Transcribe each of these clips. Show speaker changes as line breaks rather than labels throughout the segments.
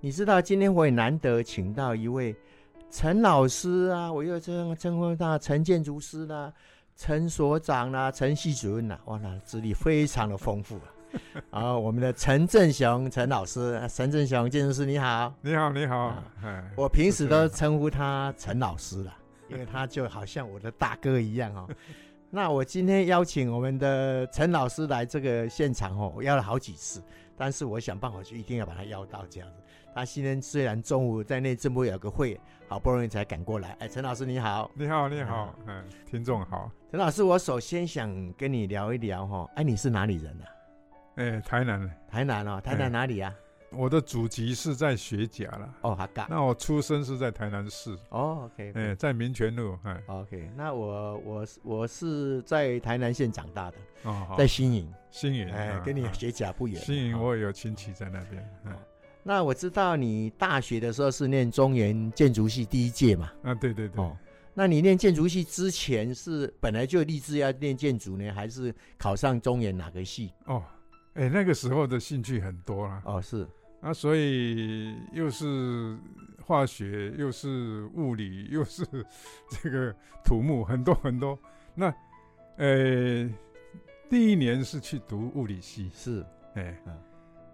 你知道今天我也难得请到一位陈老师啊，我又这样称呼他陈建筑师啦、陈所长啦、陈系主任啦、哇，那资历非常的丰富啊。啊，我们的陈振雄陈老师，啊陈振雄建筑师你好，
你好，你好
啊，
哎，
我平时都
主持
称呼他陈老师 啦，因为他就好像我的大哥一样哦。 那我今天邀请我们的陈老师来这个现场哦，我邀了好几次，但是我想办法就一定要把他邀到这样子。他今天虽然中午在内政部有个会，好不容易才赶过来。哎，陈老师你好，
人你好，你好，
哎
嗯，听众好，
陈老师，我首先想跟你聊一聊哈、哦，哎，你是哪里人啊？
哎，台南，
台南哦，台南
嗯
哪里啊？
我的祖籍是在学甲啦，
哦，哈嘎，
那我出生是在台南市，
哦，OK，
哎，在民权路，哎，
OK，那我我是我是在台南县长大的，
哦，好
在新营。
新营，
哎
啊，
跟你
啊
学甲不远。
新营
啊
我也有亲戚在那边，哎
那我知道你大学的时候是念中原建筑系第一届嘛？
啊，对对对
哦，，那你念建筑系之前是本来就立志要念建筑呢，还是考上中原哪个系？
哦，哎，那个时候的兴趣很多啦，
哦，是
啊，所以又是化学，又是物理，又是 这个土木，很多很多。那，呃，第一年是去读物理系，
是，
哎，
嗯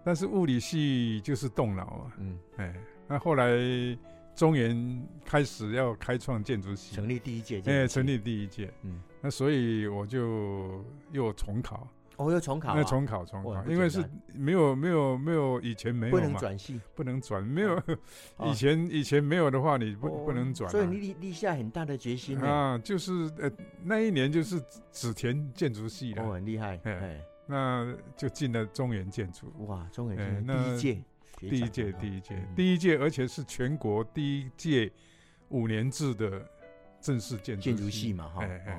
但是物理系就是动脑啊，
嗯，
哎，那后来中原开始要开创建筑系
成，立第一届建筑系。
哎，成立第一届，
嗯，
那所以我就又重考，
哦，要重考、啊，
那重考重
哇
考，
不
因为
简
是
单
没有没有没有以前没有
不能
嘛。
转系。
不能转，没有、
哦
以前以前没有的话，你不、
哦
不能转、啊。
所以你立立下很大的决心呢。哦
啊，就是呃那一年就是只只填建筑系了，
哦，很厉害，
哎
哎，
那就进了中原建筑
哇，中原
哎
建筑第
那
一届学
第一
长
届
啊，
第一届
嗯
第一届，而且是全国第一届五年制的正式建筑
建筑系。嘛，哈，
哎哎
哦，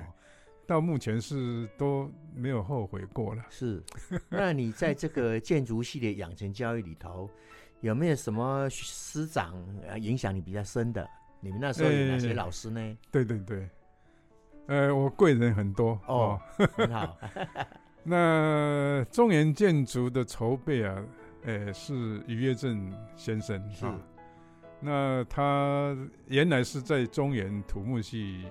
到目前是都没有后悔过了。
是，那你在这个建筑系的养成教育里头，有没有什么师长呃影响你比较深的？你们那时候有哪些
哎
老师 呢？
对对对，呃，我贵人很多
哦很好，
那中原建筑的筹备啊，呃，是于跃正先生
是
啊。那他原来是在中原土木系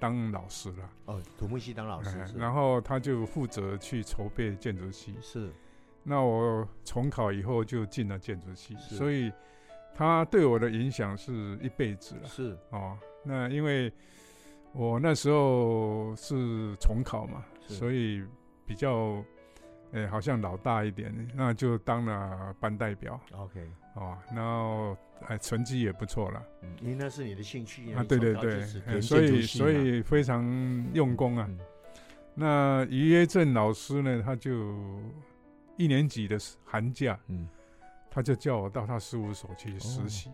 当老师啦，
哦，土木系当老师
哎
是
然后他就负责去筹备建筑系。
是
那我重考以后就进了建筑系，
是
所以他对我的影响是一辈子了。
是
哦，那因为我那时候是重考嘛，
是
所以比较，呃、好像老大一点，那就当了班代表
，OK，
哦，然后哎、成绩也不错了
嗯，因为那是你的兴趣
啊，对对对，哎所以所以非常用功
嗯
啊。那于约正老师呢，他就一年级的寒假，
嗯，
他就叫我到他事务所去实习。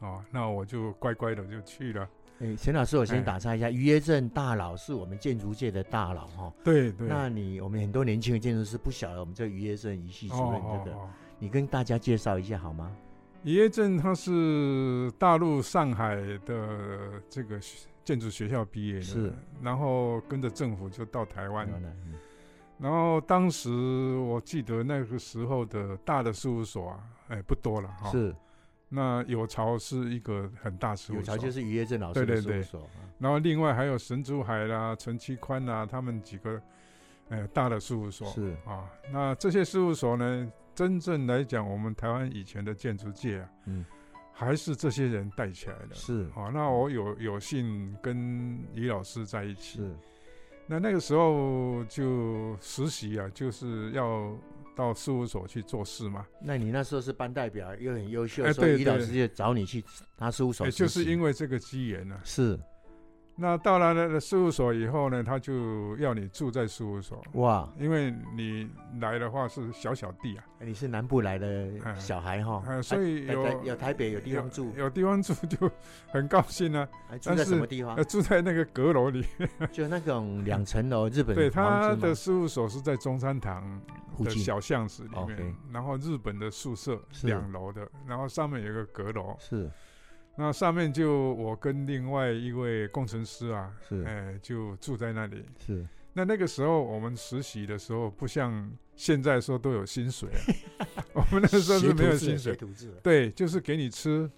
哦，那我就乖乖的就去了。
哎，陈老师，我先
哎
打岔一下，于约正大佬是我们建筑界的大佬哈。
对对，
那你我们很多年轻的建筑师不晓得我们这于约正于系主任
哦
这个，你跟大家介绍一下好吗？
爷爷镇他是大陆上海的这个学建筑学校毕业的，
是，
然后跟着政府就到台湾，
嗯
然后当时我记得那个时候的大的事务所啊，哎不多了
嗯
哈、
是。
那有巢是一个很大事务
有
所，
巢就是于业正老师的
对对
事务
对
所啊，
然后另外还有沈祖海啦、陈其宽啦，他们几个，呃，大的事务所
是
啊。那这些事务所呢，真正来讲，我们台湾以前的建筑界啊，
嗯，
还是这些人带起来的。
是
好、那我有有幸跟于老师在一起，
是
那那个时候就实习啊，就是要到事务所去做事嘛。
那你那时候是班代表，又很优秀，
哎
所以
对哎
于老
对
师就找你去他事务所
也
实习，
就是因为这个机缘啊，
是
那到了那个事务所以后呢，他就要你住在事务所，
哇，
因为你来的话是小小弟啊，
你是南部来的小孩哈、
啊，所以
有
有
哎有台北有地方住，
有地方住就很高兴啊，
还住在什么地方
呃？住在那个阁楼里。
就那种两层楼日本
对，他
房子
的
嘛
事务所是在中山堂
附
的
近
小巷子里
OK
面，然后日本的宿舍
是
两楼的，然后上面有个阁楼，
是
那上面就我跟另外一位工程师啊，
是
哎，就住在那里。
是
那那个时候我们实习的时候，不像现在说都有薪水 啊，我们那个时候是没有薪水，
徒制
对，就是给你吃，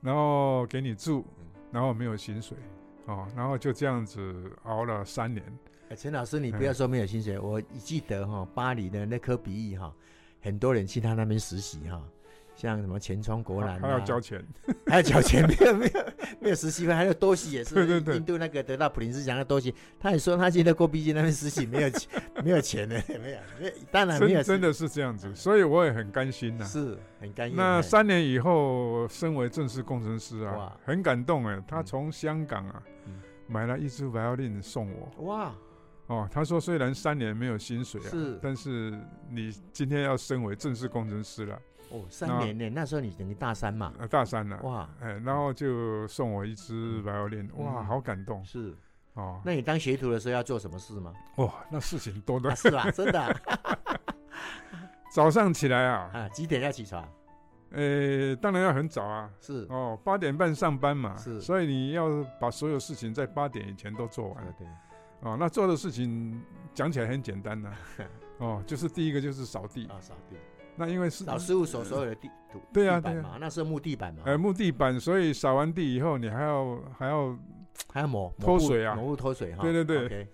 然后给你住
嗯，
然后没有薪水哦，然后就这样子熬了三年。
哎陈老师，你
嗯
不要说没有薪水，我记得哈、巴黎的那科比意哈、很多人去他那边实习哈、像什么前川国
还
兰、啊，
还要交钱，
还有缴钱，没 有没有没有实习费，还有多西也是，
对对对
印度那个得到普林斯奖的多西，他也说他现在过毕竟那边实习没有钱没有钱的，没有没有，当然没有嗯
真真的是这样子，所以我也很甘心呐、
是很甘愿。
那
哎
三年以后，身为正式工程师啊
哇，
很感动哎、他
嗯
从香港啊、
嗯
买了一支 violin 送我
哇
哦。他说虽然三年没有薪水啊，
是
但是你今天要升为正式工程师了，
哦三年呢，那时候你等于大三嘛，
呃，大三了，
哇
哎，然后就送我一支 violin，哇，
嗯
好感动
是。
哦。
那你当学徒的时候要做什么事吗？
哇，那事情多
啊
的，
是啦，真的啊
早上起来啊，
啊，几点要起床？
呃，当然要很早啊，
是，
哦，八点半上班嘛，
是
所以你要把所有事情在八点以前都做完
对对，
哦。那做的事情讲起来很 简单呐、哦，就是第一个就是扫地，
啊扫地，
那因为是
扫哦事务所所有的地土
嗯对啊
地板
对啊
嘛，那时候木地板嘛，
呃木地板，所以扫完地以后，你还要还要
还要抹
脱水啊
抹布脱水哈，
对对对
OK，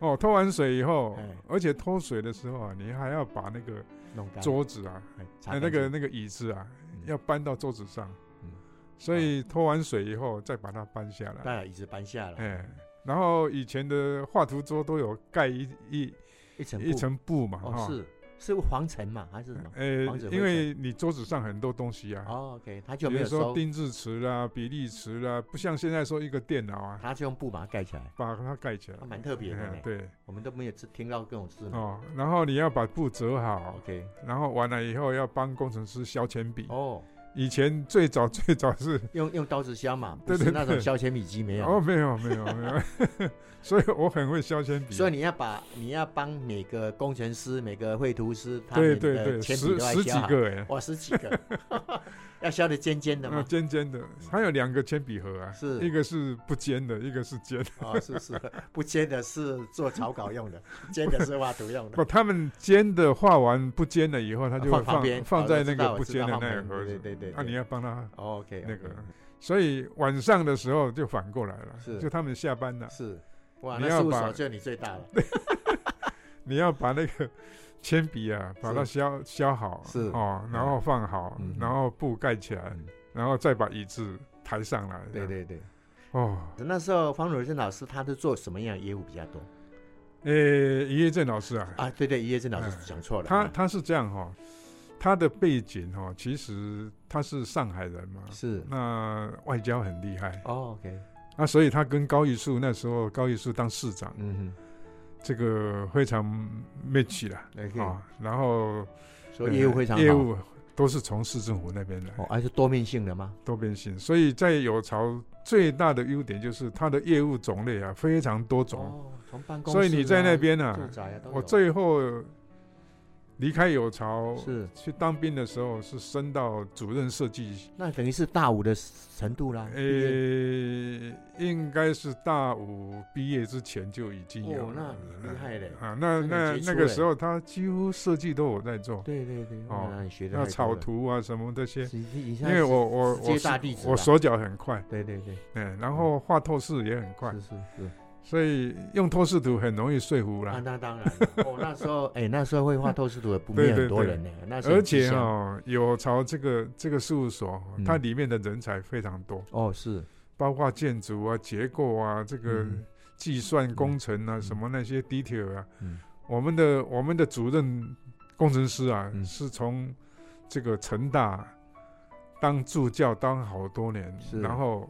哦，拖完水以后
哎，
而且脱水的时候啊，你还要把那个
弄干
桌子啊，
哎擦
呃、
干
那个
净
那个椅子啊，
嗯
要搬到桌子上
嗯，
所以拖完水以后再把它搬下来，
大家椅子搬下来，
哎，然后以前的画图桌都有盖一一
一层
一
布
层布嘛，
哦，
哈，
是是黄尘嘛，还是什么？
呃
防止，灰
因为你桌子上很多东西啊，
哦，OK，他
比
就没
如
有
说
收，
定制池啦、比例池啦，不像现在说一个电脑啊，
他就用布把它盖起来，
把它盖起来
它，蛮特别的
哎
呢。嗯
对，
我们都没有知听到这种事呢。
哦，然后你要把布折好，
OK，
然后完了以后要帮工程师削铅笔。
哦，
以前最早最早是
用用刀子削嘛，不
对
是
对
那种
对
削铅笔机没
哦，
有，
没有没有没有， 所以我很会削铅笔。啊
所以你要把你要帮每个工程师、每个绘图师，他
对
们
对
的
对，
铅笔
十
都要
十几
削好，
个哎，
哇，十几个， 要削的尖尖的
那
嘛。
尖尖的，还有两个铅笔盒啊，
是
嗯一个是不尖的，一个是尖的。
哦，是是，不尖的是做草稿用 的，尖的是画图用的
不，。他们煎的画完不煎了以后，他就会
放旁
放
边哦
在
我
那
知道
个
我
不
知
煎的
道
那个
放旁
盒
边
子，
对对对
那、啊你
对
要帮他。
哦 OK，
那个所以晚上的时候就反过来
是
了，就他们下班了，
是哇，
你
那
要
事务所
把
就你最大了。
你要把那个铅笔啊，把它
是
削削好，
是
哦，然后放好，
嗯
然后布盖起来，
嗯
然后再把椅子抬上来。
对，对对，
哦，
那时候方汝珍老师他是做什么样的业务比较多
诶，一叶正老师啊，
啊？对对，叶正老
哎
师讲错了，
他
啊
他是这样哈、哦，他的背景哈、哦，其实他是上海人嘛，
是
那外交很厉害。
哦 OK，
那所以他跟高玉树那时候高玉树当市长，
嗯
这个非常 match 了
哼，OK，
啊。然后
所
呃
嗯以业务非常好，
业务都是从市政府那边来，
哦，还是多面性的吗？
多边性。所以在有巢最大的优点就是它的业务种类啊非常多种。
哦，从办公室啊，
所以你在那边呢、
住宅啊，都
我
有
最后离开有巢
是
去当兵的时候是升到主任设计，
那等于是大五的程度啦，
呃
毕啊业，
应该是大五毕业之前就已经有
哦，那
了。
你厉害嘞，
啊，那
真的
那
很杰出
那个
欸
时候他几乎设计都有在做，
对对对，
哦
那你学的
那草，图啊什么这些，
是啊你
因
现在
为
是
我我
世
我
界大
手
地址吧
我手脚很快，
对对对，
嗯，然后画透视也很快
是，是是。
所以用透视图很容易说服
啊，
啦。
那当然了，哦，那时候，哎，那时候会画透视图的 不
对
没有
对
很多
对
人呢，那时候
而
很吃
且
香，
哦，有朝这个这个事务所，哦
嗯
它里面的人才非常多，
哦，是
包括建筑啊、结构啊、这个
嗯
计算工程啊、
嗯
什么那些 detail 啊
嗯，
我们的我们的主任工程师啊，
嗯
是从这个成大当助教当好多年
是，
然后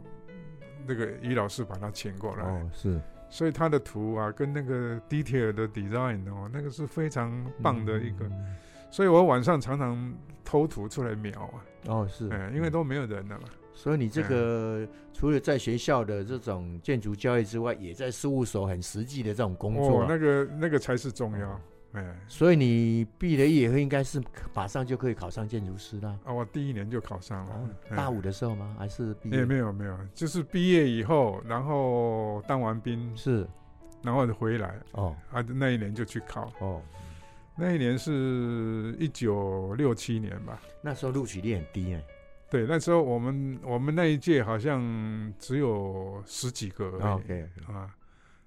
那个于老师把他请过来，
哦，是
所以他的图啊跟那个 detail 的 design 哦，那个是非常棒的一个。
嗯
所以我晚上常常偷图出来描啊，
哦，是，
嗯，因为都没有人了嘛。
所以你
哎
这个除了在学校的这种建筑教育之外，也在事务所很实际的这种工作
哦，
啊、
那个那个才是重要。哎，
所以你毕了业以后，应该是马上就可以考上建筑师啦。
啊，我第一年就考上了
哦，，
哎
大五的时候吗？还是毕业？
也没有没有，就是毕业以后，然后当完兵，
是
然后回来
哦
啊，那一年就去考。
哦，
那一年是一九六七年吧？
那时候录取率很低哎、
对，那时候我们我们那一届好像只有十几个而已
OK
啊。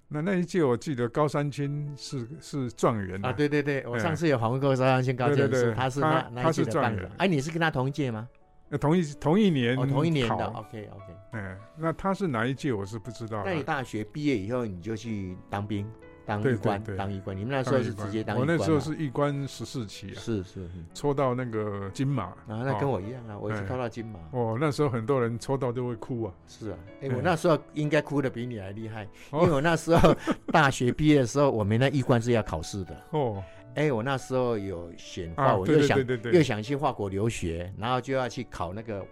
那那一届我记得高山青是是状元
啊，对对对，我上次有访问过张先高
对
建
嗯对
筑师，
对
他是
他
那那
他
一届
是
的
状
班
元
长。哎，你是跟他同一届吗？
呃同一同一年
哦，同一年的。
考
OK OK。
哎，那他是哪一届我是不知道了。
那你大学毕业以后，你就去当兵，当
对
医
对
官，
对
当医官。你们那时
当
候
一
是
官
直接当医
我
官啊
那
嘛？
时候是一官十四期啊，
是是，嗯
抽到那个金马
啊，那跟
哦
我一样啊，我也是
哎
抽到金马。
哦，那时候很多人抽到都会哭啊。
是啊，哎，我
哎
那时候应该哭的比你还厉害，因
哦
为我那时候大学毕业的时候，我们那医官是要考试的。
哦
哎，我那时候有选
啊
化，，我
对
又
对
想
对对
又
对，
想去法国留学，然后就要去考那个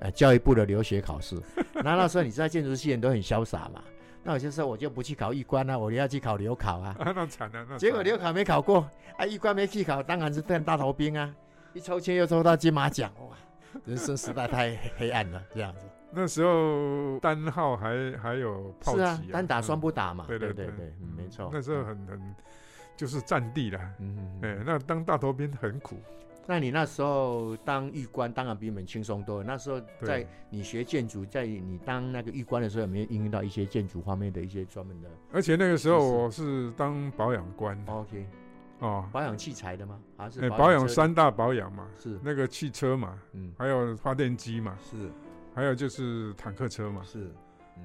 呃教育部的留学考试。 然后那时候你知道建筑系人都很潇洒嘛，那我就说我就不去考一官啊，我要去考留考 啊。
啊，那惨了，那
结果
惨了
留考没考过啊，一官没去考，当然是当大头兵啊。一抽签又抽到金马奖，哇，人生实在太黑暗了，这样子。
那时候单号还还有炮
是
击、
啊，单打双
嗯
不打嘛，
对
对
对
对对，嗯没错。
那时候，很很就是占地啦。
嗯，
哎、
嗯，
那当大头兵很苦，
那你那时候当狱官，当然比我们轻松多了。那时候在
对，
你学建筑，在你当那个狱官的时候，有没有应用到一些建筑方面的一些专门的
而且那个时候我是当保养官
？OK，
哦，
保养器材的吗？还
哎、
是
保养
车
三大保养嘛，
是，
那个汽车嘛，
嗯，
还有发电机嘛，
是
还有就是坦克车嘛，
是，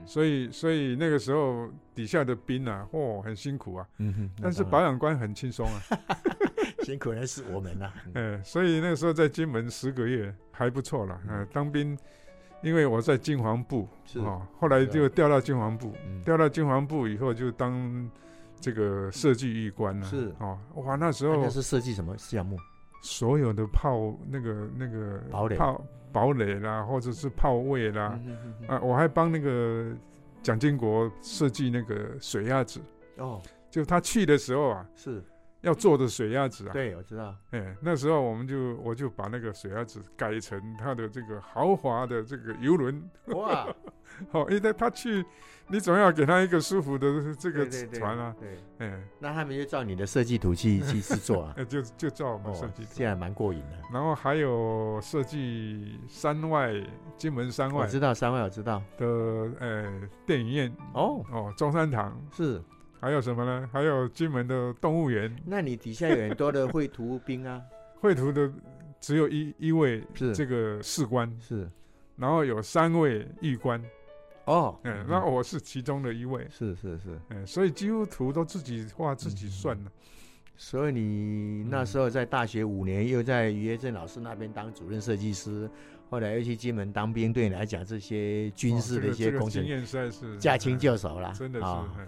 所以所以那个时候底下的兵啊，哦，很辛苦啊，
嗯哼。
但是保养官很轻 松啊，
辛苦的是我们呐，嗯
哎、所以那个时候在金门十个月还不错啦，嗯、
嗯
当兵，因为我在金黄部，
是啊
哦，后来就调到金黄部，
嗯
调到金黄部以后就当这个设计预官了、
是
哦，哇，那时
那
候
哎那是设计什么项目？
所有的炮那个那个
堡垒
炮堡垒啦，或者是炮位啦，
嗯哼哼哼
啊，我还帮那个蒋经国设计那个水鸭子，
哦，
就他去的时候啊，
是
要做的水鸭子啊，
对，我知 道，
哎，那时候我们就我就把那个水鸭子改成他的这个豪华的这个游轮，
哇，
好、因为他去，你总要给他一个舒服的这个
对对对
船啊，
对，
哎，
那他们就照你的设计图
，
去去制作啊
哎就就照我们设
哦
计，图。
现在蛮过瘾的。
然后还有设计山外金门山
我
外
知道三位，我知道
的呃电影院
哦，
哦，中山堂，
是，
还有什么呢？还有金门的动物园，
那你底下有很多的绘图兵 啊，
绘图的只有一一位
是
这个士官，
是
然后有三位狱官，
哦，
嗯，
哼
那我是其中的一位，
是是是，
嗯，所以几乎图都自己画自己算
嗯
了，
所以你那时候在大学五年，又在于业正老师那边当主任设计师，后来又去金门当兵，对你来讲这些军
哇
事
哦这
的
个
一些
这个
工程
经验实在是
驾轻
嗯
就熟啦，
真的是
啊
嗯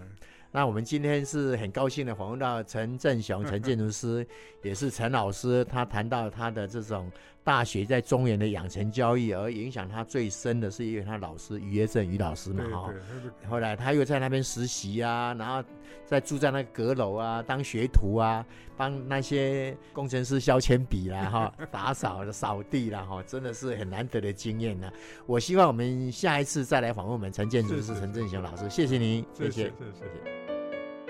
那我们今天是很高兴的访问到陈振雄陈建筑 师，也是陈老师，他谈到他的这种大学在中原的养成教育，而影响他最深的是因为他老师于业正于老师嘛
对
哈、
对，那个
后来他又在那边实习啊，然后在住在那个阁楼啊，当学徒啊，帮那些工程师削铅笔啦、 哈，打扫的扫地啦、哈，真的是很难得的经验呢、我希望我们下一次再来访问我们陈建筑
是
师
是
陈振雄老师，谢谢您，
谢谢
谢
谢谢。